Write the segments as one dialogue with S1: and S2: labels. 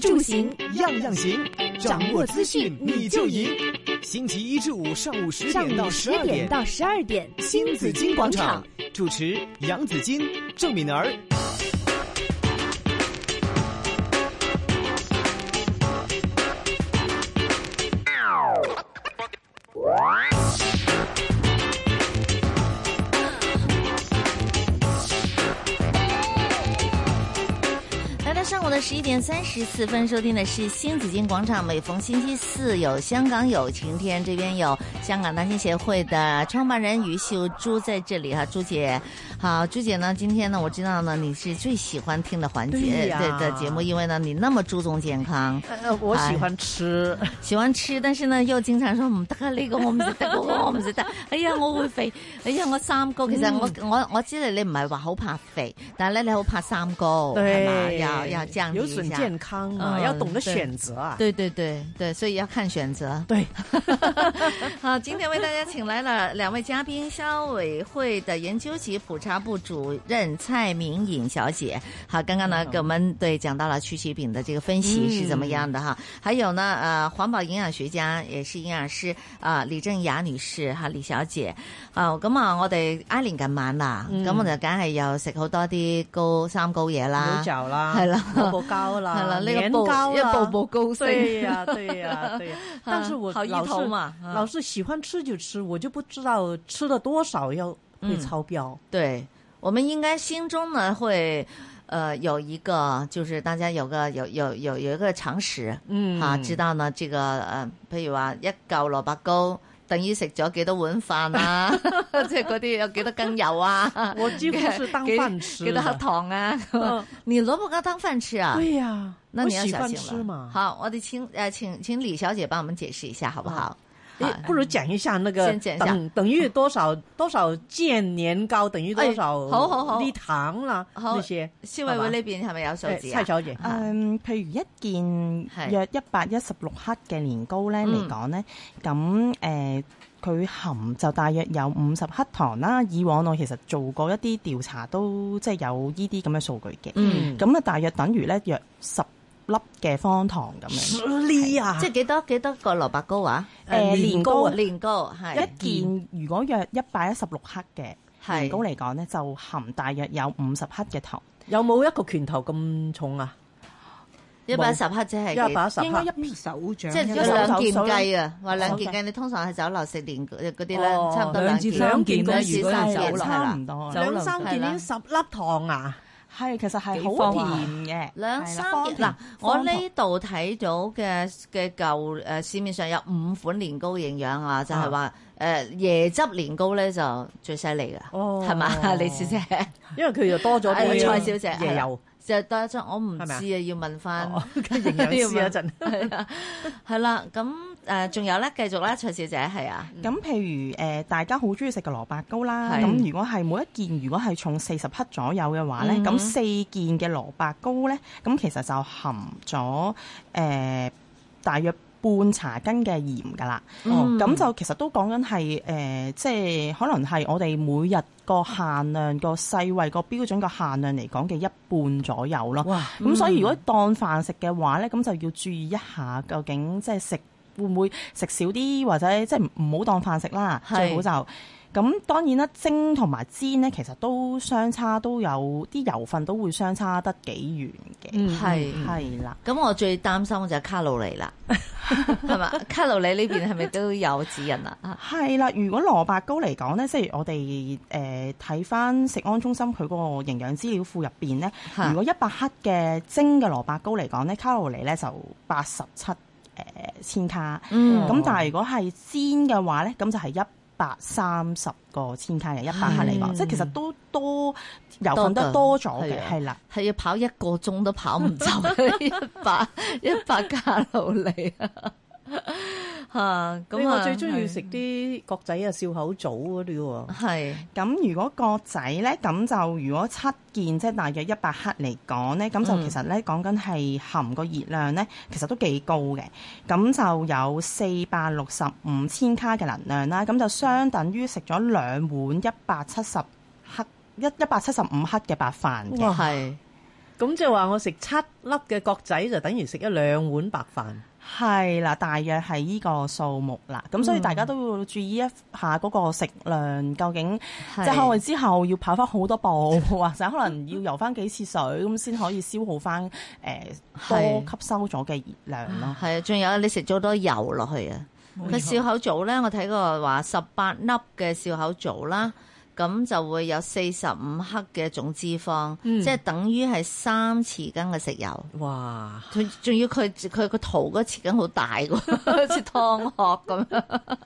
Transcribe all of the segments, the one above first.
S1: 出行，
S2: 样样行，掌握资讯你就赢。星期一至五上午十
S1: 上
S2: 点到
S1: 午
S2: 十
S1: 十
S2: 二
S1: 点
S2: 点，
S1: 到十二点，
S2: 新紫金广场，主持杨紫金、郑敏儿。
S3: 来到上午的十一点三十四分，收听的是新紫金广场。每逢星期四有香港有晴天，这边有香港单亲协会的创办人于秀珠在这里哈、朱姐。好，朱姐呢，今天呢，我知道呢，你是最喜欢听的环节
S4: 对呀
S3: 对的节目，因为呢，你那么注重健康，
S4: 呃，我喜欢吃，
S3: 喜欢吃，但是呢，又經常說唔得啊！呢、個我唔食得，嗰個我唔食得。 哎呀，我會肥。哎呀，我三高。其實我、
S4: 嗯
S3: 我我知道你唔係話好怕肥，但係咧你好怕三高，係嘛？
S4: 对，
S3: 哦要要降低
S4: 有
S3: 一
S4: 损
S3: 下。
S4: 健康啊，
S3: 嗯
S4: 要懂得
S3: 对
S4: 选择啊。
S3: 对对对对，所以要看选择。
S4: 对，
S3: 好，今天为大家请来了两位嘉宾，消委会的研究及普查部主任蔡明颖小姐。好，刚刚呢给我们对讲到了曲奇饼的这个分析是怎么样的哈，
S4: 嗯
S3: 还有呢呃环保营养学家也是营养师啊、李正雅女士哈李小姐。啊咁啊，我哋挨年近晚啦，咁、
S4: 嗯
S3: 我就梗係又食好多啲高三高嘢啦
S4: 牛。角啦，
S3: 係啦
S4: 萝卜糕啦，
S3: 係啦，呢個
S4: 年
S3: 步
S4: 糕啦，
S3: 一步步高升。嗯
S4: 对呀，对呀， 对呀。但是我
S3: 好意
S4: 老
S3: 头
S4: 是
S3: 嘛啊
S4: 老是喜欢吃就吃，我就不知道吃了多少要会
S3: 嗯
S4: 超标。
S3: 对，我们应该心中呢会，呃，有一个就是大家有个有有有有一个常识，
S4: 嗯
S3: 吓、知道呢这个呃，譬如話一嚿蘿蔔糕。等於食咗幾多碗飯啊？ 即係嗰啲有幾多羹油 啊？
S4: 我几乎是當飯吃
S3: 幾多黑
S4: 的
S3: 糖啊？
S4: 嗯
S3: 你蘿蔔糕當飯吃啊？
S4: 对呀，
S3: 那
S4: 我
S3: 你要
S4: 喜
S3: 小
S4: 欢
S3: 心
S4: 吃
S3: 了。
S4: 嘛。
S3: 好，我哋請呃請請李小姐幫我們解釋一下好不好？
S4: 嗯诶
S3: 好，
S4: 哎
S3: 呃
S4: 不如讲一下那个
S3: 啊先讲一下
S4: 等等于多少多少件年糕等于多少
S3: 哎好好好
S4: 粒糖啦
S3: 好
S4: 那些。
S3: 消委會
S4: 好吧
S3: 呢邊係咪有數
S4: 诶
S3: 字啊
S4: 蔡？小姐，
S5: 誒，嗯譬如
S3: 係
S5: 一件約一百一十六克嘅年糕咧
S3: 嗯
S5: 嚟講咧，咁誒佢含就大約有五十克糖啦。以往我其實做過一啲調查，都即係有呢啲咁嘅數據嘅。
S3: 嗯，
S5: 咁啊，大約等於咧約十粒嘅方糖咁樣。
S4: 十粒呀，
S3: 嗯哎即係幾多幾多個蘿蔔糕啊？
S5: 誒年糕啊
S3: 年糕係
S5: 一件如果約一百一十六克嘅
S3: 係
S5: 年糕嚟講咧，就含大約有五十克嘅糖，
S4: 有冇一個拳頭咁重啊？
S3: 一百十克，即係
S4: 一百
S3: 幾
S4: 一十
S6: 應該
S4: 克，
S6: 一手掌，
S3: 即係
S5: 手
S3: 兩
S5: 手
S3: 件
S5: 手
S3: 計啊！話兩
S5: 手
S3: 件
S5: 計
S3: 計，你通常喺酒樓食年糕嗰啲咧，
S4: 哦
S3: 差唔多兩
S6: 兩
S3: 件
S6: 至
S3: 兩
S6: 三件
S3: 兩
S6: 啦，
S3: 至
S6: 如果
S3: 三
S6: 係
S3: 件
S6: 酒
S3: 係
S6: 樓。
S5: 差
S3: 啦
S5: 唔多啦。
S4: 兩三件已經十粒糖啊！
S5: 係其實係
S6: 幾方
S5: 好
S6: 啊
S5: 甜嘅，
S3: 兩
S5: 係啦
S3: 三
S5: 方
S3: 件
S5: 甜
S3: 嗱，我
S5: 方
S3: 呢
S5: 糖
S3: 度睇到嘅嘅舊誒市面上有五款年糕營養啊，就係話誒椰汁年糕咧就最犀利㗎，
S4: 哦
S3: 係嘛？ 李小姐。
S4: 因為佢就多咗
S3: 係
S4: 啲
S3: 哎蔡小姐係
S4: 椰
S3: 啦
S4: 油，
S3: 就多一張，我唔
S4: 係
S3: 知
S4: 咪啊
S3: 啊，要問翻
S4: 哦營養師嗰陣
S3: 係啊，係啦，咁誒仲有咧，繼續啦，蔡小姐係啊，
S4: 嗯
S5: 咁譬如誒、呃大家好中意食嘅蘿蔔糕啦，
S3: 係
S5: 咁如果係每一件如果係重四十克左右嘅話咧，
S3: 嗯
S5: 咁、
S3: 哼
S5: 四件嘅蘿蔔糕咧，咁其實就含咗誒、呃大約半茶羹嘅鹽㗎啦。
S3: 嗯
S5: 咁、就其實都講緊係誒，即係可能係我哋每日個限量個世衞個標準個限量嚟講嘅一半左右咯。
S4: 哇！
S5: 咁所以如果當飯食嘅話咧，咁就要注意一下，究竟即係食會唔會食少啲，或者即係唔好當飯食啦，
S3: 係
S5: 最好就。咁當然啦，蒸同埋煎咧，其實都相差都有啲油份都會相差得幾遠嘅，
S4: 嗯
S3: 係。
S5: 係啦、
S3: 咁我最擔心就係卡路里啦，係 嘛？卡路里呢邊係咪都有指引啊？啊
S5: 係啦。如果蘿蔔糕嚟講咧，即係我哋誒睇翻食安中心佢嗰個營養資料庫入邊咧，
S3: 嚇
S5: 如果一百克嘅蒸嘅蘿蔔糕嚟講咧，卡路里咧就八十七誒呃千卡。
S3: 嗯，
S5: 咁但係如果係煎嘅話咧，咁就係一百三十個千卡嘅一百克嚟講，即係其實都多油份得多咗
S3: 多
S5: 嘅，
S3: 㗎
S5: 係啦。
S3: 係要跑一個鐘都跑唔走一 百一百卡路里啊！嚇
S4: 咁
S3: 咁啊，
S4: 我最中意食啲角仔啊、笑口棗嗰啲喎。
S3: 係
S5: 咁如果個仔咧，咁就如果七件即係大約一百克嚟講咧，咁就
S3: 嗯
S5: 其實咧講緊係含個熱量咧，其實都幾高嘅。咁就有四百六十五千卡嘅能量啦，咁就相等於食咗兩碗一百七十克一一百七十五克嘅白飯嘅。
S3: 係
S4: 咁即係話我食七粒嘅角仔就等於食一兩碗白飯。
S5: 係啦，大約係呢個數目啦，咁所以大家都要注意一下嗰個食量，究竟即係開胃之後要跑翻好多步，或者可能要游翻幾次水，咁先可以消耗翻誒、呃
S3: 係
S5: 多吸收咗嘅熱量咯。
S3: 係啊，仲有你食咗好多油落去啊！佢笑口棗咧，我睇過話十八粒嘅笑口棗啦，咁就會有四十五克嘅總脂肪，
S4: 嗯
S3: 即係等於係三匙羹嘅食油。
S4: 哇！
S3: 佢仲要佢佢個肚嗰匙羹好大喎， 好似湯殼咁樣。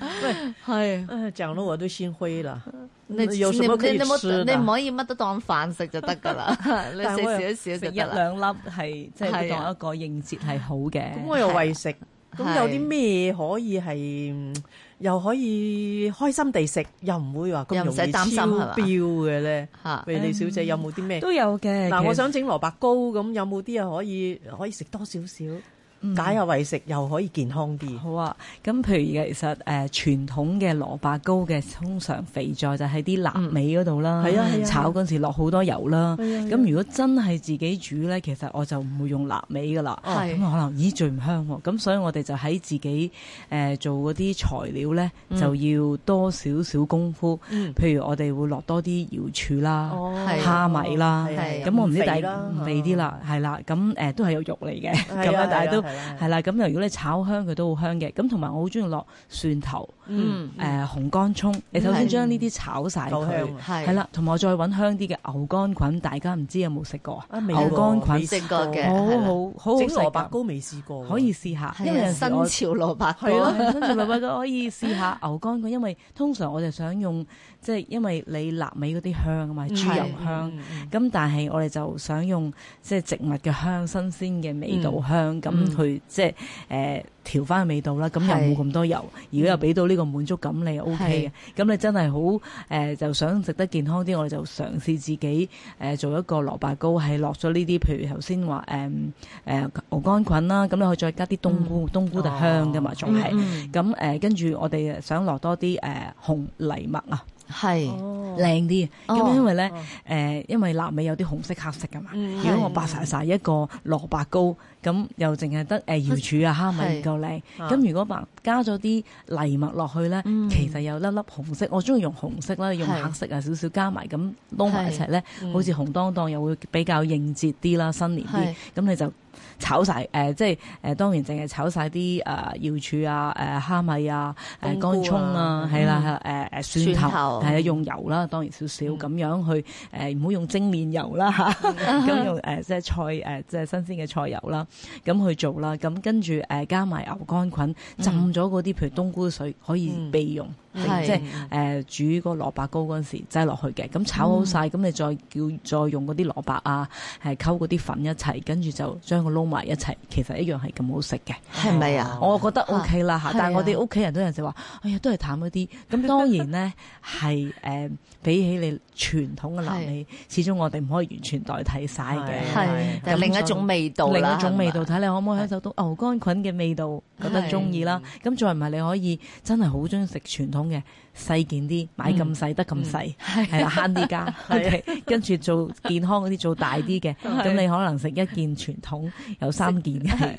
S4: 喂，
S3: 係。
S4: 呃 講到我都心灰啦。
S3: 你
S4: 有什麼可以
S3: 你你冇
S4: 吃
S3: 你
S4: 的
S3: 唔可以乜都當飯食就得㗎啦，你
S4: 但係我又
S3: 食少少
S1: 食
S3: 就
S1: 一
S3: 得啦。
S1: 兩粒係即係
S3: 係啊
S1: 當一個應節係好
S4: 咁
S1: 嘅。
S4: 我又為食，咁
S3: 係
S4: 有啲咩可以係嗯又可以開心地食，又唔會話咁
S3: 又唔
S4: 容
S3: 使
S4: 易
S3: 擔心
S4: 超
S3: 係嘛
S4: 標嘅咧？
S3: 嚇
S4: 譬如李小姐有冇啲咩？
S1: 都有嘅。
S4: 嗱，
S1: 其實
S4: 我想整蘿蔔糕咁，有冇啲啊可以可以食多少少，解下為食又可以健康啲？
S1: 好啊，咁譬如其實誒、呃、傳統嘅蘿蔔糕嘅通常肥在就喺啲臘味嗰度啦，
S4: 係啊係啊
S1: 炒嗰陣時落好多油啦。
S4: 係啊係啊
S1: 咁、如果真係自己煮咧，其實我就唔會用臘味噶啦。
S4: 哦
S1: 咁、
S3: 係
S1: 可能咦最唔香喎，咁所以我哋就喺自己誒、呃做嗰啲材料咧，就要多少少功夫。
S4: 嗯
S1: 譬如我哋會落多啲瑤柱啦、
S3: 係
S1: 蝦米啦。
S4: 係啊
S3: 係
S4: 哦係啊
S1: 咁我唔知
S4: 肥
S1: 大
S4: 啦哦
S1: 唔肥啲啦，係啦，咁誒都係有肉嚟嘅，
S4: 係啊
S1: 咁樣但係都
S4: 係啊係
S1: 係啦，咁如果你炒香佢都好香嘅，咁同埋我好中意落蒜頭、
S3: 嗯，
S1: 誒紅乾葱，你首先將呢啲炒晒
S4: 夠
S1: 佢
S4: 香，啊
S3: 係
S1: 係啦，同埋我再揾香啲嘅牛肝菌，大家唔知有冇食過啊？
S4: 啊未
S1: 牛肝菌
S4: 未
S3: 食
S4: 試
S3: 過嘅
S1: 好
S3: 係啦啊
S1: 好好好
S4: 整
S1: 哦食
S4: 蘿蔔
S1: 㗎，
S4: 糕未試過喎，
S1: 可以試下，因
S3: 因
S1: 為有
S3: 為
S1: 陣
S3: 新
S1: 時
S3: 潮
S1: 我
S3: 蘿蔔
S1: 啊係咯
S3: 糕，，
S1: 跟住蘿蔔糕可以試下牛肝菌，因為通常我就想用即係因為你臘味嗰啲香啊嘛，豬油香。
S4: 嗯，嗯
S1: 咁但係我哋就想用即係植物嘅香、新鮮嘅味道香，咁、
S4: 嗯
S1: 去即係誒、呃、調翻味道啦。咁又冇咁多油，如果又俾到呢個滿足感，你 O K 嘅。咁你真係好誒，就想食得健康啲，我哋就嘗試自己誒、呃做一個蘿蔔糕，係落咗呢啲，譬如頭先話誒誒牛肝菌啦，咁你可以再加啲冬菇，冬菇就香噶嘛，仲係。
S3: 嗯
S1: 咁誒，呃跟住我哋想落多啲誒、呃、紅藜麥啊，
S3: 係
S4: 哦
S1: 靚啲。咁、
S3: 哦
S1: 因為咧。
S4: 哦
S1: 誒、因為臘味有啲紅色、黑色噶嘛。
S4: 嗯
S1: 如果我
S3: 係
S1: 白晒晒一個蘿蔔糕，咁又淨係得誒瑤柱啊、蝦米唔夠靚。
S4: 嗯啊
S1: 咁如果白加咗啲藜麥落去咧，
S3: 嗯
S1: 其實有粒粒紅色。我中意用紅色啦，用
S3: 係
S1: 黑色啊少少加埋咁撈埋一
S3: 係
S1: 齊咧，
S4: 嗯
S1: 好似紅當當又會比較應節啲啦，新年
S3: 係
S1: 啲。咁你就炒晒誒、即係誒、當然淨係炒晒啲誒瑤柱啊、誒、蝦米啊、誒、
S4: 冬菇啊
S1: 乾葱啊，係啦，誒誒蒜
S3: 蒜
S1: 頭
S3: 頭
S1: 係啊，用油啦，當然少少
S4: 嗯
S1: 咁樣去誒唔好用精面油啦 嚇，咁用誒即係菜誒即係新鮮嘅菜油啦，咁去做啦，咁跟住誒加埋牛肝菌浸咗嗰啲譬如冬菇水可以
S4: 嗯
S1: 備用，
S4: 嗯
S3: 係
S1: 即係誒呃煮個蘿蔔糕嗰陣時擠落去嘅，咁炒
S3: 嗯
S1: 好晒，咁你再叫再用嗰啲蘿蔔啊，係溝嗰啲粉一齊，跟住就將佢撈埋一齊，其實一樣係咁好食嘅。
S3: 係咪啊？
S1: 我覺得 OK 啦嚇，
S3: 係
S1: 但係我
S3: 啊
S1: 哋屋企人都有陣時話，哎呀都係淡一啲。咁當然咧係誒，比起你傳統嘅臘味，始終我哋唔可以完全代替晒
S4: 係
S1: 嘅。
S3: 係，但係另一種味道啦
S1: 另一種味道，
S3: 係嘛
S1: 睇你可唔可以享受到牛肝菌嘅味道，覺得中意啦。咁再唔係你可以真係好中意食傳統嘅細件啲，買咁細得咁細，嗯 係啦啊慳啲加。OK，跟住做健康嗰啲做大啲 嘅，咁你可能食一件傳統有三件係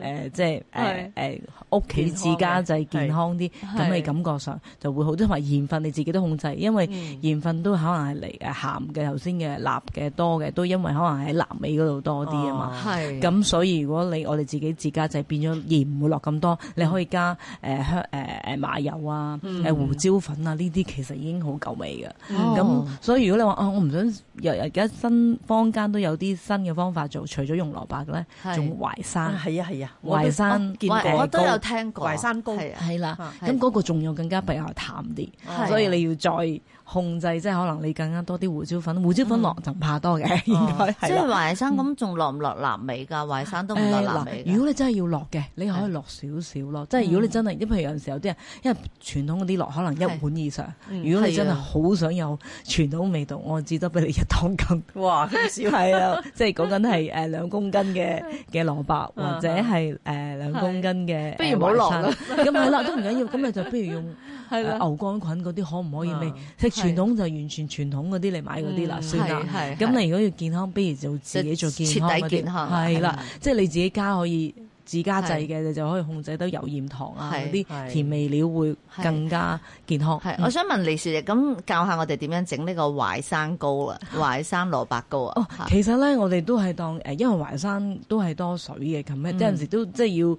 S1: 誒，即係誒
S3: 係
S1: 誒屋企自家製健康啲，
S3: 係
S1: 咁你感覺上就會好啲，同埋鹽分你自己都控制，因為鹽分都可能係嚟誒鹹嘅，頭先嘅辣嘅多嘅，都因為可能喺南美嗰度多啲啊嘛。
S3: 係
S1: 咁所以如果你我哋自己自家製變咗鹽唔會落咁多，你可以加
S3: 嗯
S1: 誒香誒誒麻油啊、誒胡椒粉啊呢啲，其實已經好夠味嘅。
S3: 哦
S1: 咁所以如果你話啊，我唔想日日而家新坊間都有啲新嘅方法做，除咗用蘿蔔嘅咧，
S3: 係
S1: 仲淮山
S4: 啊係啊係啊，
S1: 嗯淮山
S4: 見
S3: 我
S4: 過
S3: 我都有聽過
S4: 淮山糕
S3: 係啊
S1: 係啦
S4: 啊，
S3: 係嗯
S1: 咁嗰個仲要更加比較淡啲，
S3: 係
S1: 所以你要再控制，即係可能你更加多啲胡椒粉，胡
S3: 嗯
S1: 椒粉落就唔怕多
S3: 哦
S1: 嘅， 應該
S3: 即
S1: 係
S3: 係
S1: 啦。嗯
S3: 淮山咁，仲落唔落臘味㗎？淮山都唔落
S1: 誒
S3: 臘味㗎。
S1: 如果你真係要落嘅，你可以落少少
S3: 嗯
S1: 咯。即係如果你真係，因為有陣時有啲人，因為傳統嗰啲落可能一碗以上。如果你真係
S3: 係啊
S1: 好想有傳統味道，我至多俾你一湯羹。
S4: 哇咁少，
S1: 係啊，即係講緊係誒兩公斤嘅 嘅蘿蔔，或者係誒兩公斤嘅，
S3: 啊不如唔好落啦
S1: 誒淮山咁係啦，都唔緊要。咁你就不如用
S3: 係啦
S1: 誒牛肝菌嗰啲，可唔可以
S4: 啊
S1: 味？食傳統就完全傳統嗰啲嚟買嗰啲啦，
S5: 嗯
S1: 算啦。
S3: 係係
S1: 咁你如果要健康，不如就自己做健康嗰
S3: 徹底健
S1: 啲，
S3: 康
S1: 係啦，即係你自己加可以自家製
S3: 係
S1: 嘅，你就可以控制到油鹽糖啊
S3: 係
S1: 嗰啲
S4: 係
S1: 甜味料會更加健康。
S3: 係，
S1: 嗯
S3: 我想問李小姐，咁教下我哋點樣整呢個淮山糕 啊？淮山蘿蔔糕
S1: 哦
S3: 啊？嚇，
S1: 其實咧，我哋都係當誒，因為淮山都係多水嘅，咁咧
S3: 嗯
S1: 有陣時都即係要誒、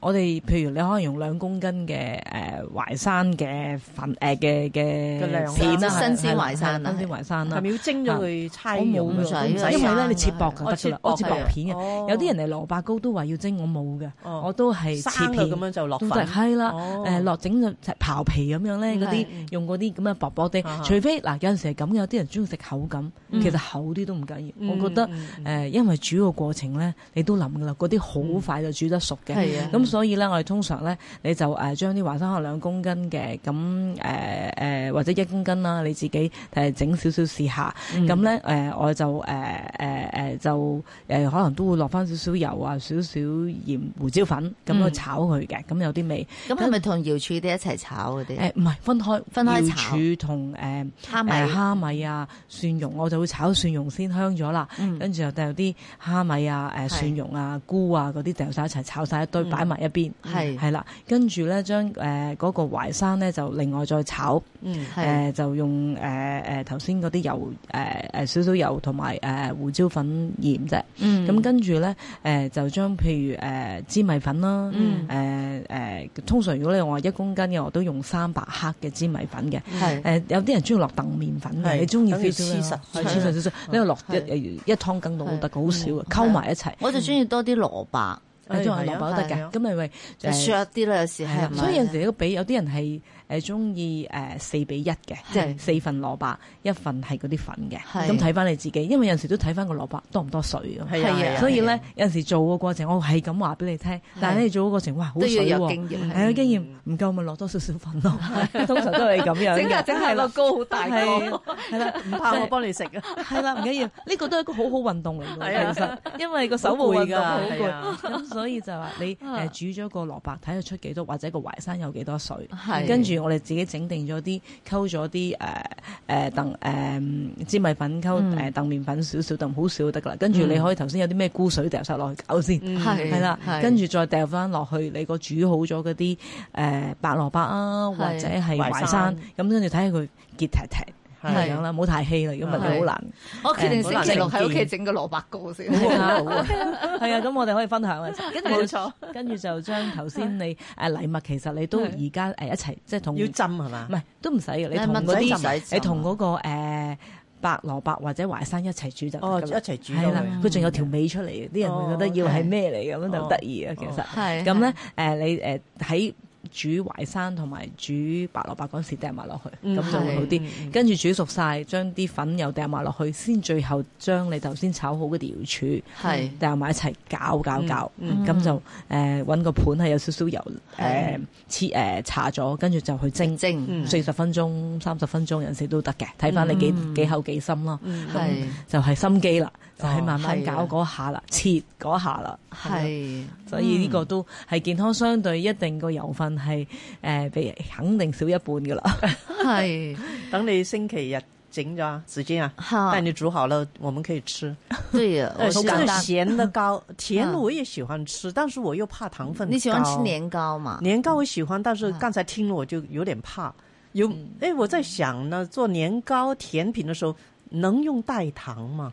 S1: 我哋譬如你可能用兩公斤嘅誒淮山嘅粉誒嘅嘅
S4: 嘅量
S1: 片啦，
S4: 啦
S1: 係
S3: 新鮮淮山啊
S1: 係啦新鮮淮山啦
S4: 係。咪要蒸咗佢
S1: 嗯我
S4: 猜
S1: 冇
S4: 肉
S3: 唔使
S1: 㗎
S3: 啊
S1: 唔使因為咧你切薄就得㗎啦，
S4: 哦
S1: 我
S4: 切
S1: 切
S4: 薄
S1: 薄
S4: 嘅
S1: 片嘅。啊
S4: 哦
S1: 有啲人嚟蘿蔔糕都話要蒸，我冇嘅，
S4: 哦
S1: 我都係切
S4: 生
S1: 片
S4: 佢咁樣就落
S1: 都
S4: 粉？
S1: 得，係啦，
S4: 哦嗯
S1: 誒落整就刨皮咁樣咧，嗰啲用嗰啲咁嘅薄薄地
S4: 啊，
S1: 除非嗱有陣時係咁嘅，有啲人中意食口感，
S4: 嗯
S1: 其實厚啲都唔緊要，
S4: 嗯
S1: 我覺得。
S4: 嗯
S1: 誒、呃因為煮個過程咧，你都諗噶啦，嗰啲好快就煮得熟嘅。
S3: 嗯係啊
S1: 咁、所以咧，我哋通常咧，你就誒將啲華生可能兩公斤嘅，咁誒誒或者一公斤啦，你自己誒整少少試下。
S3: 嗯
S1: 咁咧誒，我就誒誒誒就呃誒、可能都會落翻少少油啊，少少鹽胡椒粉咁去炒佢嘅，咁、有啲味。
S3: 咁嗯係咪啊同瑤柱啲一齊炒嗰啲？
S1: 誒唔係分開
S3: 分開
S1: 瑤
S3: 炒
S1: 柱同呃誒
S3: 蝦
S1: 誒
S3: 米
S1: 蝦米啊蒜蓉，我就會炒蒜蓉先香咗啦。
S3: 嗯
S1: 跟住又掉啲蝦米啊、誒
S3: 係
S1: 蒜蓉啊、菇啊嗰啲掉晒一齊炒晒一堆，
S4: 嗯
S1: 擺埋一邊。
S3: 係
S1: 係啦，跟住咧將誒嗰個淮山咧就另外再炒，
S4: 嗯
S1: 誒、
S3: 係
S1: 就用誒誒頭先嗰啲油誒誒少少油同埋誒胡椒粉鹽啫。咁、
S3: 嗯
S1: 跟住咧誒就將譬如誒、呃芝米粉啦。
S3: 嗯
S1: 誒誒、通常如果你話一公斤嘅，我都用三百克嘅芝米粉嘅。誒、
S3: 係
S1: 有啲人中意落燉麵粉嘅，
S4: 係
S1: 你中意
S4: 等佢
S1: feel 少少
S4: 黐實
S1: 啦係黐實少少，你又落一
S3: 係
S1: 一一湯羹度都得㗎，好少嘅，啊
S3: 係
S1: 溝埋一齊，
S3: 我就中意多啲蘿蔔，
S1: 你中意落
S4: 係啊
S1: 飽都得
S4: 係
S1: 嘅。
S4: 啊
S1: 咁你咪
S3: 就嗯
S1: 誒
S3: 削啲啦，有時
S1: 係
S3: 係啊
S1: 啦
S3: 咪？
S1: 所以有陣時都比有啲人係誒中意誒四比一嘅，即係四份蘿蔔，一份係嗰啲粉嘅。
S3: 係
S1: 咁睇翻你自己，因為有陣時都睇翻個蘿蔔多唔多水㗎嘛
S4: 係啊係啊
S1: 所以咧有陣時做個過程，我係咁話俾你聽，但係你做個過程，哇好
S3: 都要
S1: 水
S3: 有
S1: 喎，
S3: 經驗，
S1: 係啊經驗唔夠咪落多少少粉咯。通常都係咁 樣嘅。係啦
S3: 糕好大
S1: 係啊係啦，
S4: 唔嗯怕我幫你食 啊，
S1: 係啦，唔緊要，呢個都係一個好好運動嚟
S4: 係啊
S1: 㗎，其實，因為個手部運動好
S4: 好攰㗎係
S1: 攰
S4: 啊，
S1: 咁所以就話你誒煮咗個蘿蔔，睇佢出幾多，或者個淮山有幾多水
S3: 係，
S1: 跟住我哋自己整定咗啲溝咗啲誒誒燉誒芝米粉
S4: 嗯
S1: 溝誒燉麵粉少少燉好少就得㗎啦，跟住你可以頭先有啲咩菇水掉晒落去搞
S4: 嗯
S1: 先。
S3: 係
S1: 係啦，
S3: 係
S1: 跟住再掉翻落去你個煮好咗嗰啲誒白蘿蔔啊，或者係
S4: 淮
S1: 淮山
S4: 山，
S1: 咁跟住睇下佢結踢踢
S4: 係
S1: 咁樣啦，唔好太稀啦，如果唔係你好難
S3: 我決定
S1: 誒
S3: 星期六喺屋企整
S1: 整
S3: 個蘿蔔糕先。
S1: 係啊，係啊，咁我哋可以分享啊。跟住錯，跟住就將頭先 你誒啊禮物，其實你都而家誒一齊，即係同
S4: 要
S1: 唔
S4: 浸係嘛？
S1: 係都唔使 嘅，你
S3: 禮
S1: 同
S3: 物
S1: 嗰
S3: 仔
S1: 啲
S3: 唔使浸
S1: 你同嗰個誒白蘿蔔或者淮山一齊煮就
S4: 哦，
S1: 得
S4: 一
S1: 㗎啦。
S4: 齊煮
S1: 係
S4: 咗
S1: 啦
S4: 佢，
S1: 佢仲有條尾出嚟嘅，啲人會覺得
S4: 哦
S1: 要係咩嚟咁樣就
S4: 哦
S1: 得意啊。其實
S3: 係
S1: 咁咧，誒你誒喺煮淮山同埋煮白蘿蔔嗰時掟埋落去，
S4: 嗯
S1: 咁就會好
S4: 係
S1: 啲
S4: 嗯嗯。
S1: 跟住煮熟晒，將啲粉又掟埋落去，先最後將你頭先炒好嗰條柱。
S3: 係
S1: 掟埋一齊搞搞搞，咁、
S4: 嗯
S1: 就誒揾、個盤係有少少油
S3: 係
S1: 誒切誒搽咗，跟住就去蒸，
S3: 蒸嗯
S1: 四十分鐘、三十分鐘有陣時都得嘅，睇翻你幾、
S3: 嗯
S1: 幾厚幾深咯，
S3: 係
S1: 就係心機啦，就係慢慢
S3: 嗯係
S1: 搞
S3: 啊
S1: 嗰下啦，切嗰下啦，
S3: 係嗯
S1: 所以呢個都係健康相對一定個油份係誒比肯定少一半噶啦。
S3: 係
S1: 嗯
S4: 等你星期日整咗啊，子君啊，
S3: 好
S4: 但你煮好了，我們可以吃。
S3: 對呀，我
S4: 就是是咸的糕，甜的我也喜歡吃，但是我又怕糖分高。
S3: 你喜歡吃年糕嘛？
S4: 年糕我喜歡，但是刚才聽了我就有點怕。有哎，我在想呢，做年糕甜品的时候能用代糖嗎？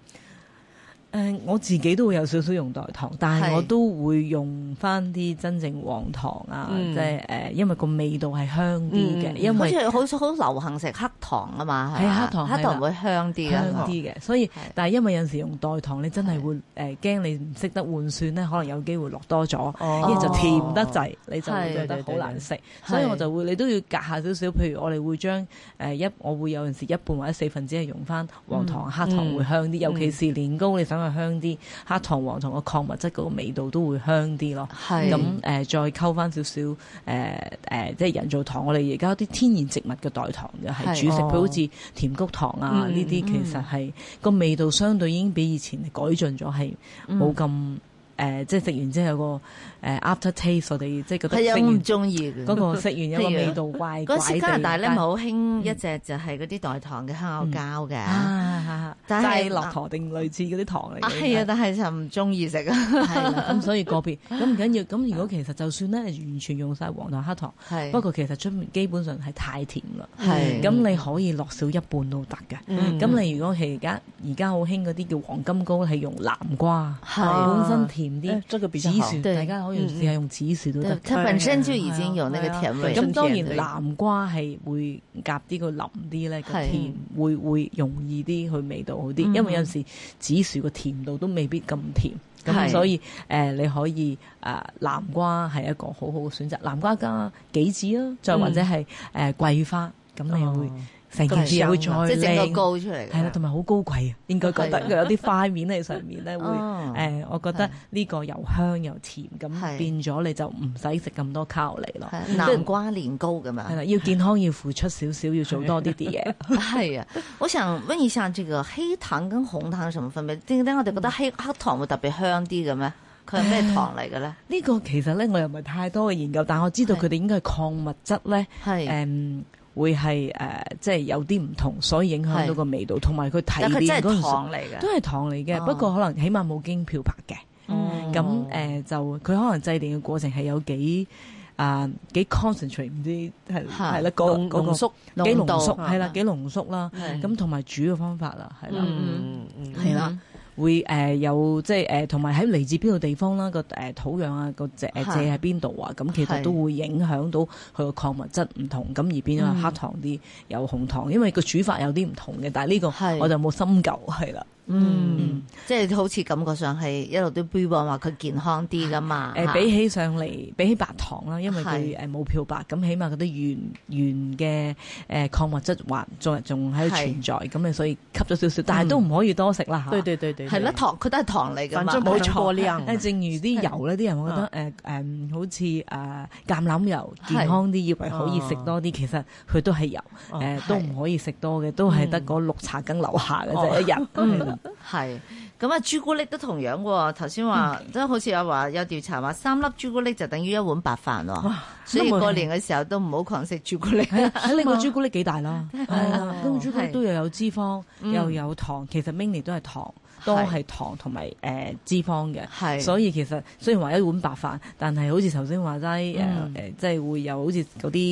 S1: 誒、呃我自己都會有少少用代糖，但係
S3: 係
S1: 我都會用翻啲真正黃糖啊，
S4: 嗯
S1: 即係誒、因為個味道係香啲嘅，
S4: 嗯
S1: 因
S3: 好
S1: 為
S3: 似好似好流行食黑糖啊嘛，係
S1: 係
S3: 嘛
S1: 黑糖
S3: 黑
S1: 係
S3: 糖
S1: 啦
S3: 會香啲啊
S1: 香
S3: 㗎。
S1: 啲嘅，所以但係因為有陣時用代糖，你真係
S3: 係
S1: 會誒驚你唔識得換算咧，可能有機會落多咗，
S4: 哦
S1: 因為就甜得滯，你就
S3: 係
S1: 會覺得好難食，所以
S3: 係
S1: 我就會你都要隔下少少，譬如我哋會將誒一我會有陣時一半或者四分之係用翻黃糖、黑糖會香啲，
S3: 嗯
S1: 尤其是年糕你想佢香啲，黑糖、黃糖個礦物質嗰個味道都會香啲咯。
S3: 係
S1: 咁誒、呃再溝翻少少誒誒，即係人造糖。我哋而家啲天然植物嘅代糖嘅係
S3: 係
S1: 主食，
S4: 哦
S1: 佢好似甜菊糖啊
S4: 嗯
S3: 嗯
S1: 呢啲，其實係個味道相對已經比以前改進咗，係冇咁誒即係食完之後有個誒 after taste，我哋即係覺得
S3: 係啊，我
S1: 食
S3: 唔
S1: 完
S3: 中意嘅
S1: 嗰個食完有個味道怪怪
S3: 嗰陣時
S1: 地
S3: 加拿大咧咪
S1: 但
S3: 好興一隻就係嗰啲代糖嘅香口膠嘅，
S1: 啊，
S3: 但
S1: 就
S3: 係
S1: 係落糖定類似嗰啲糖嚟
S3: 嗯
S1: 嘅。
S3: 係啊，但係就唔中意食啊，
S1: 係啦， 咁所以個別咁唔緊要。咁如果其實就算咧，完全用晒黃糖黑糖，
S3: 係嗯
S1: 不過其實出面基本上係太甜啦。
S3: 係
S1: 咁你可以落少一半都得嘅。
S4: 嗯
S1: 咁你如果係而家而家好興嗰啲叫黃金糕，係用南瓜，
S3: 係
S1: 本身甜啲
S4: 誒，這個比較
S1: 紫
S4: 好
S1: 薯
S3: 對嗯
S1: 大家可以試下用紫薯都
S3: 對
S1: 得。
S3: 它本身就已經有那個啊甜味，
S1: 咁當
S4: 對
S1: 然南瓜係會夾啲個腍啲咧，個
S3: 係嗯
S1: 甜會會容易啲，佢味道好啲。因為有陣時紫薯個甜度都未必咁甜，
S3: 係
S1: 咁所以誒、呃你可以誒、呃南瓜係一個好好嘅選擇，南瓜加杞子啦，再或者係誒、
S3: 嗯
S1: 呃桂花，咁你
S3: 哦
S1: 會成件事會再
S3: 啊即係整個
S1: 靚。
S3: 糕出嚟㗎，
S1: 係啦，同埋好高貴啊，應該覺得
S3: 係
S1: 佢有啲花面喺上面咧，會
S3: 哦
S1: 誒，我覺
S3: 係
S1: 得呢個又香又甜，
S3: 係
S1: 咁變咗你就唔使食咁多卡路里咯。
S3: 係南瓜年糕咁
S1: 系
S3: 樣。
S1: 啦，要健康要付出少少，要做多啲啲嘢。
S3: 啊係啊，我想問一下，這個黑糖跟紅糖有什麼分別？點解我哋覺得黑黑糖會特別香啲嘅咩？佢係咩糖嚟嘅咧？
S1: 呢個其實咧，我又唔係太多嘅研究，但我知道
S3: 係
S1: 佢哋應該係礦物質咧，
S3: 係
S1: 誒、會係誒、即係有啲唔同，所以影響
S3: 係
S1: 到個味道，同埋佢提
S3: 但佢
S1: 煉
S3: 真
S1: 嗰陣
S3: 係
S1: 時
S3: 糖嚟嘅
S1: 都，係糖嚟嘅，
S3: 哦
S1: 不過可能起碼冇經漂白嘅。
S3: 嗯
S1: 咁誒、就佢可能製定嘅過程係有幾啊、幾 concentrate 唔知係
S3: 嚇
S1: 係啦，個
S4: 濃
S1: 嗰個
S4: 濃縮，
S1: 幾濃
S3: 濃嗯度
S1: 縮係啦，
S3: 嚇
S1: 幾濃縮啦。
S3: 係
S1: 咁同埋煮嘅方法啦，係啦。
S4: 嗯嗯
S1: 係啦，會誒、呃有即係誒，同埋喺嚟自邊度地方啦，個誒土壤啊，個借誒
S3: 係
S1: 借喺邊度啊，咁其
S3: 係
S1: 實都會影響到佢個礦物質唔同，咁而
S3: 嗯
S1: 變咗黑糖啲，有紅糖，因為個煮法有啲唔同嘅，但係呢個
S3: 係
S1: 嗯我就冇深究係啦。
S3: 嗯，即係好似感覺上係一路都標榜話佢健康啲噶嘛。
S1: 誒、
S3: 嚇
S1: 呃比起上嚟，比起白糖啦，因為
S3: 啊係
S1: 佢誒冇漂白，咁起碼嗰啲原原嘅誒呃礦物質還仲仲喺度
S3: 係嗯
S1: 存在，咁你所以吸咗少少，但係都唔可以多食啦嚇。
S4: 對對對對，
S3: 係啦，糖佢都係糖嚟噶
S4: 反
S3: 嘛。
S4: 正冇過量
S1: 誒，正如啲油咧，啲人會覺得誒誒，好似誒呃橄欖油健康啲，以為可以食多啲，其實佢哦都係油，呃誒都唔可以食多嘅，都係得嗰六茶羹樓下嘅啫，一日。嗯
S3: 係咁啊，朱古力都同樣喎。頭先話
S1: 嗯
S3: 即係好似有話有調查話三粒朱古力就等於一碗白飯喎，所以
S1: 咁啊
S3: 過年嘅時候都唔好狂食朱古力。
S1: 睇你個朱古力幾大啦，啊係啊，咁個朱古力都又有脂肪
S3: 嗯
S1: 又有糖，其實 mini 都係糖，都係糖同埋誒脂肪嘅。
S3: 係，
S1: 所以其實雖然話一碗白飯，但係好似頭先話齋誒
S3: 嗯
S1: 誒，即係會有好似嗰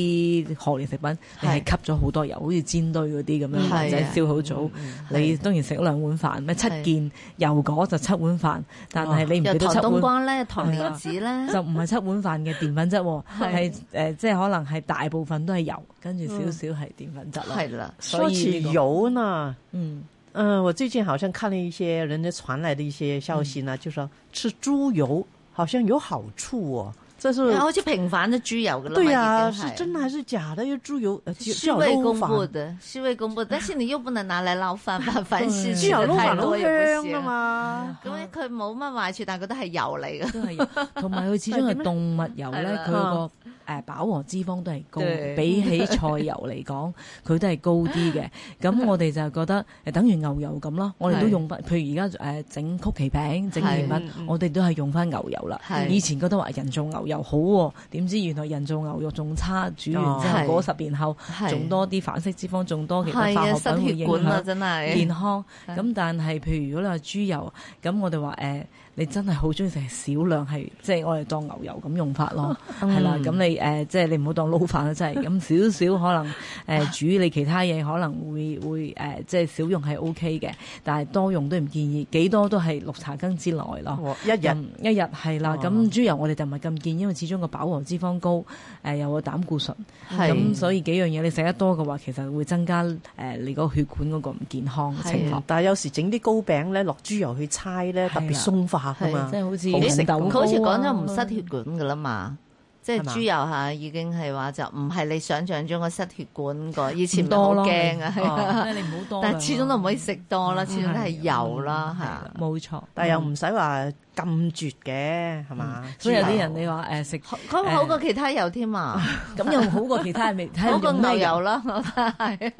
S1: 啲賀年食品，你係吸咗好多油，好似煎堆嗰啲咁
S3: 嗯
S1: 樣，或者
S3: 係啊
S1: 燒好早，
S3: 嗯
S1: 你當然食咗兩碗飯，咩七件油果就七碗飯，但係你唔
S3: 又
S1: 記得
S3: 糖
S1: 七
S3: 冬
S1: 碗。
S3: 瓜咧，糖蓮子 咧，
S1: 就唔係七碗飯嘅澱粉 質喎，係誒即係可能係大部分都係油，跟住少
S3: 嗯
S1: 少係澱粉質咯。
S3: 係啦，
S1: 所
S4: 說
S1: 以
S4: 起
S1: 呢個
S4: 油呢，
S1: 嗯，
S4: 嗯，我最近好像看了一些人家传来的一些消息呢，就说吃猪油好像有好处哦，这是
S3: 好似平反咗豬油噶啦嘛。
S4: 对呀、
S1: 啊
S3: 已經
S4: 是
S3: 係
S4: 真的还是假的？又猪油，呃就
S3: 是
S4: 叫
S3: 未
S4: 肉
S3: 公
S4: 饭
S3: 布的，是未公布的，但是你又不能拿來撈飯 吧？凡事
S4: 猪
S3: 吃
S4: 油
S3: 得
S4: 撈
S3: 太
S4: 飯
S3: 多
S4: 好
S3: 也不
S4: 香
S3: 行
S4: 啊。
S5: 嗯
S4: 嘛，
S3: 咁樣佢冇乜壞處，但係佢都係油嚟 嘅。
S1: 都係 油，同埋佢始終係動物油
S3: 係
S1: 咧，
S3: 啦啊
S1: 佢個誒飽和脂肪都係高
S3: 對，
S1: 比起菜油 嚟講，佢都係高啲嘅。咁我哋就覺得誒，等於牛油咁咯，我哋都
S3: 係
S1: 用翻，譬如而家誒整曲奇餅、整
S3: 係
S1: 甜
S4: 嗯
S1: 品
S4: 嗯，
S1: 我哋都係用翻牛油啦
S3: 係。
S1: 以前覺得話人造牛油好喎，點知原來人造牛肉仲差，煮完之
S3: 哦
S1: 後嗰十年後
S3: 係
S1: 仲多啲反式脂肪，仲多其他
S3: 係
S1: 化
S3: 啊，
S1: 學品會
S3: 失血
S1: 影
S3: 管啊，
S1: 響。
S3: 真係
S1: 健。康。咁但係譬如如果你話豬油，咁我哋話誒，你真係好中意食少量係，即係我哋當牛油咁用法
S4: 哦
S1: 咯，
S4: 嗯
S1: 係啦。咁你誒即係你唔好當撈飯啦，真係咁少少可能誒、煮你其他嘢可能會會誒、即係少用係 O K 嘅，但係多用都唔建議，幾多都係六茶羹之內咯。
S4: 我哦一日哦
S1: 嗯一日係啦，咁豬油我哋就唔係咁建議，因為始終個飽和脂肪高，誒、又有膽固醇，
S3: 係
S1: 咁所以幾樣嘢你食得多嘅話，其實會增加誒、你個血管嗰個唔健康嘅情況。
S4: 但係有時整啲糕餅咧，落豬油去搓咧，
S1: 係
S4: 特別
S1: 啦
S4: 鬆化噶嘛
S1: 即。係好似
S4: 好食
S1: 紅豆
S3: 佢
S1: 糕啊
S3: 好似講咗唔失血管噶啦嘛，即係
S4: 係嘛
S3: 豬油嚇已經係話就唔係你想象中個失血管個，以前
S1: 唔
S3: 咪好
S1: 多咯，
S3: 驚啊，係 啊
S1: 你唔好 多嗯量
S3: 但
S1: 啊，
S3: 係始終都唔可以食多啦，始終都係油啦
S1: 係
S3: 嚇。
S1: 冇錯。嗯
S4: 但又唔使話禁絕嘅，係嘛？
S1: 所以有啲
S4: 豬油
S1: 人你話誒食
S3: 佢會好過其他油添啊，
S1: 咁又好過其他 味， 睇
S3: 好
S1: 你
S3: 過
S1: 用
S3: 牛
S1: 咩
S3: 油
S1: 油，
S3: 啦，我覺得係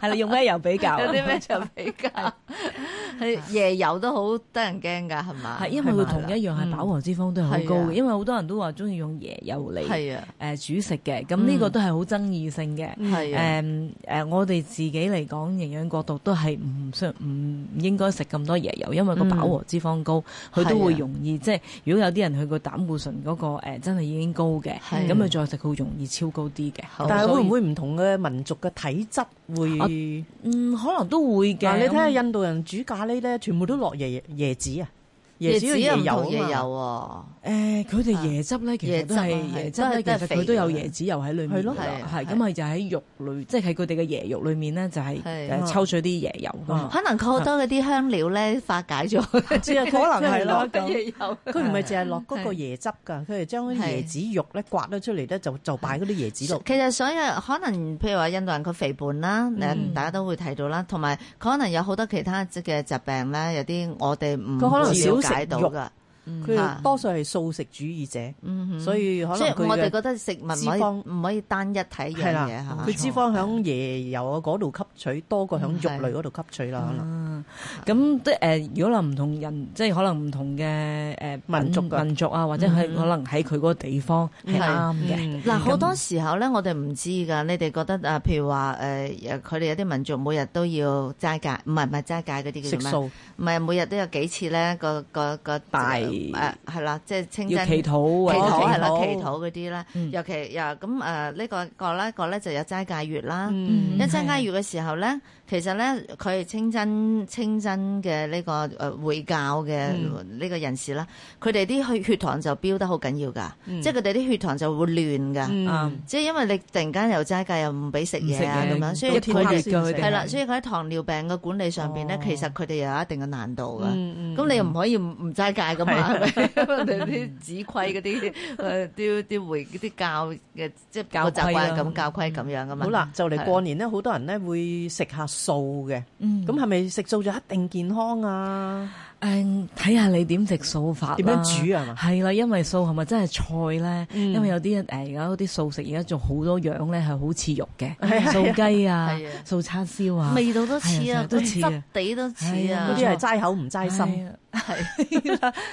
S1: 係你用咩油比 較？
S3: 有啲 咩就比較係椰油都好得人驚㗎，係嘛？
S1: 係因為佢同一樣係飽和脂肪都係好高
S3: 係啊
S1: 嘅，因為好多人都話中意用椰油嚟
S3: 係啊，
S1: 誒煮食嘅，咁呢個都係好爭議性嘅。
S3: 係啊，
S1: 誒誒，呃我哋自己嚟講，營養角度都係唔需唔應該食咁多椰油，因為個飽和脂肪高，佢
S3: 嗯係
S1: 都
S3: 啊
S1: 會容易即係如果有啲人佢個膽固醇嗰個誒真係已經高嘅，
S3: 係
S1: 咁佢再食佢容易超高啲嘅。
S3: 好
S4: 但係
S1: 所
S4: 會
S1: 以
S4: 唔會唔同嘅民族嘅體質會？
S1: 啊嗯可能都會嘅？
S4: 嗱，你睇下
S1: 咁
S4: 印度人煮咖喱咧，全部都落椰椰子啊，椰
S3: 椰
S4: 子
S3: 子
S4: 要
S3: 又唔同椰
S4: 油啊嘛。
S3: 油
S1: 誒，呃佢哋椰汁咧，其實都係
S3: 啊椰
S1: 椰
S3: 汁
S1: 汁
S3: 啊係
S1: 咧，
S3: 都
S1: 其
S3: 係
S1: 實佢都有椰子油喺裏面㗎，
S4: 係咯
S3: 係係
S1: 係咁佢就喺肉類，即係喺佢哋嘅椰肉裏面咧，就係
S3: 係哦
S1: 誒抽取啲椰油㗎
S3: 喎，
S1: 嘛。
S3: 可能佢好多嗰啲香料咧化 解咗
S4: 知啊，可能係咯。咁
S3: 椰油。
S4: 佢唔係淨係落嗰個椰汁㗎，佢係將啲
S3: 係
S4: 椰子肉咧刮咗出嚟咧，就就擺嗰啲椰子落。
S3: 其實所有可能，譬如話印度人佢肥胖啦，誒大家都會睇到啦，同埋可能有好多其他嘅疾病咧，有啲我哋唔
S4: 佢可能
S3: 了
S4: 少
S3: 解
S4: 食
S3: 到
S4: 肉
S3: 噶，
S4: 佢
S3: 啊
S4: 哋多數係素食主義者，
S3: 嗯哼
S4: 所以可
S3: 所以
S4: 能
S3: 我哋
S4: 佢嘅
S3: 覺得食物
S4: 脂
S3: 唔可
S4: 肪
S3: 以唔可以單一睇一樣
S4: 係啦
S3: 嘢係嘛，
S4: 佢脂肪響椰油啊嗰度吸取多過響肉類嗰度吸取啦，可能。
S1: 啊咁即係誒，如果可能唔同人，即係可能唔同嘅誒
S4: 民族嗯㗎
S1: 民族啊，或者係可能喺佢嗰個地方係
S3: 係
S1: 啱嘅。
S4: 嗯
S3: 嗱，好多時候咧，我哋唔知㗎。你哋覺得啊，譬如話誒，呃佢哋有啲民族每日都要齋戒，唔係唔係齋戒嗰啲
S4: 食
S3: 叫做咩？
S4: 素
S3: 唔係每日都有幾次咧，個個個
S1: 大
S3: 誒係啦，即係清
S1: 要
S3: 真
S1: 祈禱
S3: 祈
S1: 啊，
S3: 禱係啦，
S4: 祈禱
S3: 祈禱嗰啲啦，
S1: 嗯
S3: 尤其又咁誒呢個個咧個咧就有齋戒月啦。
S1: 嗯
S3: 一齋戒月嘅時候咧，其實咧佢係清真清真嘅呢個誒回教嘅
S1: 嗯
S3: 呢個人士啦，佢哋啲血血糖就飆得好緊要㗎，
S1: 嗯
S3: 即係佢哋啲血糖就會亂㗎。
S4: 嗯
S1: 啱
S3: 即係因為你突然間又齋戒又唔俾食
S1: 嗯唔食
S3: 嘢啊咁
S1: 嘢
S3: 樣，所以
S1: 都
S3: 佢
S1: 天
S3: 哋
S1: 熱㗎佢哋
S3: 係啦，所以佢喺糖尿病嘅管理上邊咧，
S4: 哦
S3: 其實佢哋又有一定嘅難度嘅。
S4: 嗯嗯
S3: 咁你又唔可以唔唔齋戒噶嘛？係咪？因為你啲指規嗰啲誒啲啲回啲教嘅即係個
S1: 教規
S3: 習慣
S1: 啊
S3: 咁教規咁樣噶嘛？
S4: 嗯好啦，就嚟
S3: 係啊
S4: 過年咧，好多人咧會食下素嘅，
S1: 嗯
S4: 咁係咪食素就一定健康啊？
S1: 誒，睇下你點食素法
S4: 點
S1: 啦
S4: 樣煮啊嘛
S1: 係啦，因為素係咪真係菜咧？
S4: 嗯
S1: 因為有啲呃誒而家嗰啲素食而家做好多樣咧，係好似肉
S4: 係啊
S1: 嘅，素雞啊
S3: 係啊，
S1: 素叉燒啊，
S3: 味道都似
S1: 係
S3: 啊
S1: 啊，都似啊
S3: 質地都似
S1: 係
S3: 啊
S1: 啊
S4: 嗰，啲係齋口唔齋
S1: 係
S4: 心，
S1: 啊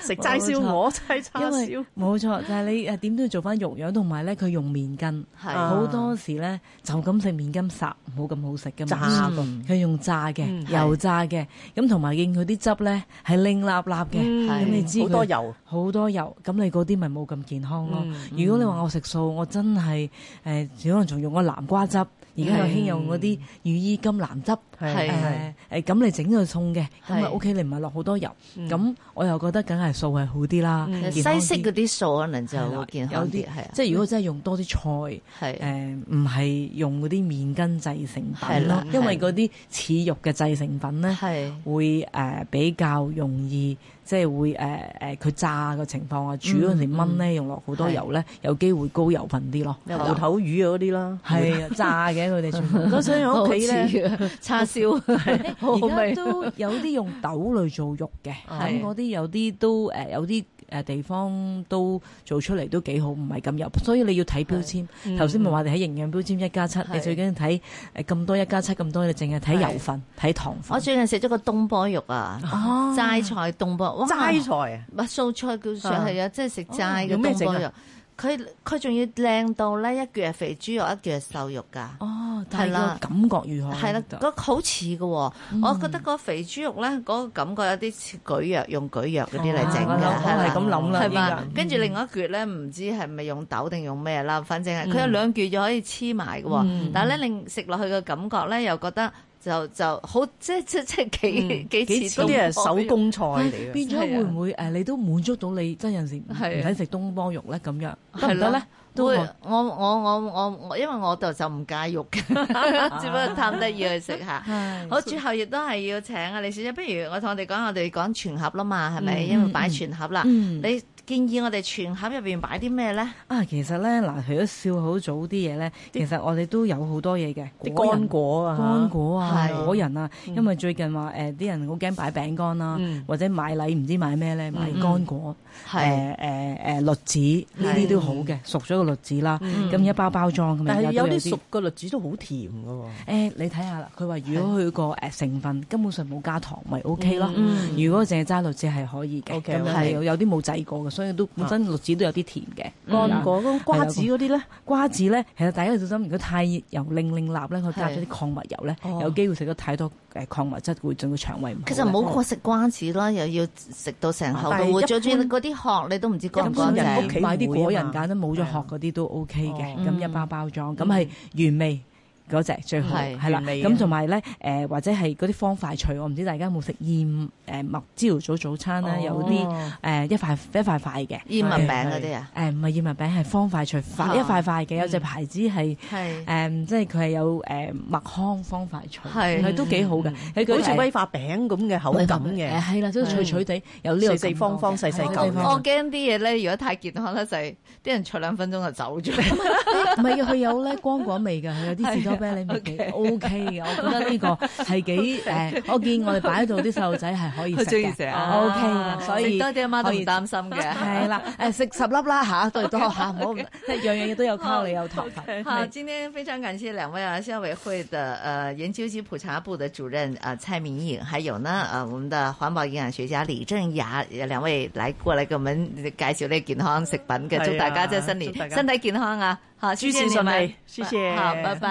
S4: 食齋燒鵝、齋叉
S1: 因
S4: 燒
S1: 為，冇錯，但係你誒點都要做翻肉樣，同埋咧佢用面筋，
S3: 係
S4: 啊
S1: 好多時咧就咁食面筋烚，冇咁好食噶
S4: 炸
S1: 嘛。
S4: 個
S3: 嗯
S1: 佢用炸嘅
S4: 嗯、
S1: 油炸嘅，咁同埋見佢啲汁咧係拎立立嘅，
S4: 嗯
S3: 咁
S1: 你知佢
S4: 好多油，
S1: 好多油，咁你嗰啲咪冇咁健康咯
S4: 嗯。
S1: 如果你話我食素，我真係誒，可能仲用個南瓜汁，而家又興用嗰啲羽衣甘藍汁。
S3: 係
S1: 誒誒，咁你整佢餸嘅，咁
S3: 係
S1: 啊 OK，你唔係落好多油，
S4: 嗯
S1: 咁我又覺得梗係素係好啲啦
S4: 嗯，
S3: 西
S1: 健康啲
S3: 式嗰啲素可能就
S1: 係啦
S3: 會健
S1: 有
S3: 康啲，
S1: 啲
S3: 係啊，
S1: 即係如果真係用多啲
S3: 係
S1: 菜，誒唔係用嗰啲面筋製成
S3: 係
S1: 品
S3: 啦
S1: 咯，因為
S3: 係
S1: 嗰啲似肉嘅製成品咧，
S3: 係
S1: 會誒比較容易，即係會誒誒佢炸嘅情
S3: 嗯
S1: 況啊，煮嗰陣時燜咧用落好多油咧，有機會高油份啲咯，
S4: 有芋頭魚嗰啲啦，
S1: 係啊，炸嘅佢哋全部。
S4: 咁所以喺屋企
S3: 咧
S4: 咧。
S3: 啊叉燒 好好
S1: 而
S3: 味
S1: 家。都有啲用豆類做肉 嘅，
S3: 係
S1: 咁嗰啲有啲都誒有啲誒地方都做出嚟都幾好，唔係咁油，所以你要睇標
S3: 嗯
S1: 籤。頭先咪話你喺營養標籤一加七，你最緊要睇誒咁多一加七咁多，你淨係睇油份、睇糖
S3: 我
S1: 分。
S3: 最近食咗個東坡肉啊，齋菜東坡，哇！
S4: 齋哦菜啊，
S3: 唔係素菜叫素
S4: 啊
S3: 係啊，即係食齋嘅
S4: 用咩
S3: 東
S4: 整
S3: 坡
S4: 啊
S3: 肉。佢佢仲要靚到咧，一撅係肥豬肉，一撅係瘦肉㗎。
S1: 哦，
S3: 係
S1: 但係
S3: 啦
S1: 個感覺
S4: 哦
S1: 如何？啊
S3: 係啦，嗰好似嘅喎，
S4: 嗯
S3: 我覺得個肥豬肉咧，嗰個感覺有啲似蒟蒻，用蒟蒻嗰啲
S4: 啊
S3: 嚟整
S1: 我
S3: 嘅，
S1: 諗
S3: 係
S1: 我
S3: 啦
S1: 係咁諗啦，
S3: 係
S1: 依
S3: 嘛
S1: 家？
S3: 跟住另外一橛咧，唔知係咪用豆定用咩啦，反正係佢有兩橛就可以黐埋嘅喎。但係咧，令食落去嘅感覺咧，又覺得就就好，即係即係即係幾幾似
S4: 嗰啲係
S3: 東坡肉
S4: 手工菜嚟嘅，
S1: 變咗會唔會誒？你都滿足到你真有時唔
S3: 啊係啊
S1: 使食東坡肉咧咁樣得
S3: 係
S1: 唔
S3: 啦
S1: 得咧？都啊
S3: 會
S1: 可
S3: 我我我我我，因為我度就唔戒肉嘅，只不過貪得意去食 下。
S1: 嗯
S3: 好，最後亦都係要請啊李小姐，不如我同我哋講，我哋講全盒啦嘛，係咪？因為擺全盒啦，
S1: 嗯
S3: 你。建議我哋全盒入面擺啲咩咧？
S1: 啊，其實咧嗱，除咗笑口棗啲嘢咧，其實我哋都有好多嘢嘅，
S4: 啲
S1: 果仁
S4: 乾果啊，
S1: 乾果啊
S3: 係、
S1: 果仁啊，因為最近話誒啲人好驚擺餅乾啦
S4: 嗯，
S1: 或者買禮唔知買咩咧，買乾果
S3: 係
S1: 誒誒誒栗子呢啲都好嘅，熟咗個栗子啦，咁一包包裝咁樣。
S4: 嗯但係
S1: 而家
S4: 有
S1: 都
S4: 啲熟嘅栗子都好甜㗎喎。
S1: 誒、你睇下啦，佢話如果佢個誒成分根本上冇加糖，咪 O K 咯。
S3: 嗯
S1: 如果淨係齋栗子係可以嘅，
S4: OK，啊
S1: 咁樣
S3: OK
S1: 有有啲冇製過嘅，所以都本身栗子都有啲甜嘅。
S5: 嗯
S4: 乾果咁瓜子嗰啲咧，
S1: 瓜子咧，其實大家要小心，如果太油令令辣咧，佢加咗
S3: 係
S1: 啲礦物油咧，
S4: 哦
S1: 有機會食咗太多誒礦物質，會進個腸胃唔好嘅。
S3: 其實唔好過食瓜子啦，又要食到成口
S4: 但係
S3: 都會，
S4: 一
S3: 最主要
S4: 般
S3: 嗰啲殼你都唔知乾唔
S1: 咁
S3: 乾
S1: 乾
S4: 人
S1: 淨
S4: 屋
S3: 淨。
S4: 企
S1: 買啲
S4: 會啊
S1: 果仁
S4: 嘛
S1: 揀得冇咗殼嗰啲都 O K 嘅，
S4: 哦
S1: 咁一包包裝，咁係原味。嗰只最好
S3: 係
S1: 係啦，
S4: 原味嘅
S1: 咁同埋咧，誒或者係嗰啲方塊脆，我唔知大家有冇食燕誒麥朝早早餐咧，有啲
S4: 哦
S1: 誒一塊一塊塊嘅
S3: 燕麥餅嗰啲啊，
S1: 誒唔係燕麥餅，係方塊脆，塊一塊塊嘅，有隻牌子係
S3: 係
S1: 誒，即係佢係有誒麥糠方塊脆，
S3: 係
S1: 佢都幾好嘅，佢個
S4: 好似
S1: 誒
S4: 威化餅咁嘅口感
S1: 誒
S4: 嘅，
S1: 係啦，都脆脆地，有呢個
S4: 四四方方細細
S1: 感覺
S4: 嚿
S1: 嘅係啦
S4: 嘅
S3: 我驚啲嘢咧，如果太健康咧，就係啲人坐兩分鐘就走咗。
S1: 唔係嘅，佢有咧光果味嘅，佢有啲士多啤梨味嘅，O K 嘅。我覺得呢個係幾誒，我見我哋擺到啲細路仔係可以食嘅，O K
S3: 啊
S1: 嘅。哦所以
S3: 食多啲阿媽都
S1: 可
S3: 唔
S1: 以
S3: 擔心 嘅。
S1: 係啦，誒食十粒啦嚇，對多嚇，唔好唔即係樣樣嘢都有卡路里有糖 分。
S3: 好，今天非常感謝兩位啊，消委会的呃研究及普查部的主任啊、呃、蔡明颖，还有呢呃我们的环保营养学家李正雅呃两位来过来给我们介紹呢健康食品嘅，
S4: 係啊
S3: 祝大家即係新
S4: 祝大
S3: 年
S4: 家
S3: 身體健康啊！好，謝
S4: 諸
S3: 謝
S4: 事
S3: 你
S4: 順
S3: 們
S4: 利，謝謝，
S3: 好，拜拜。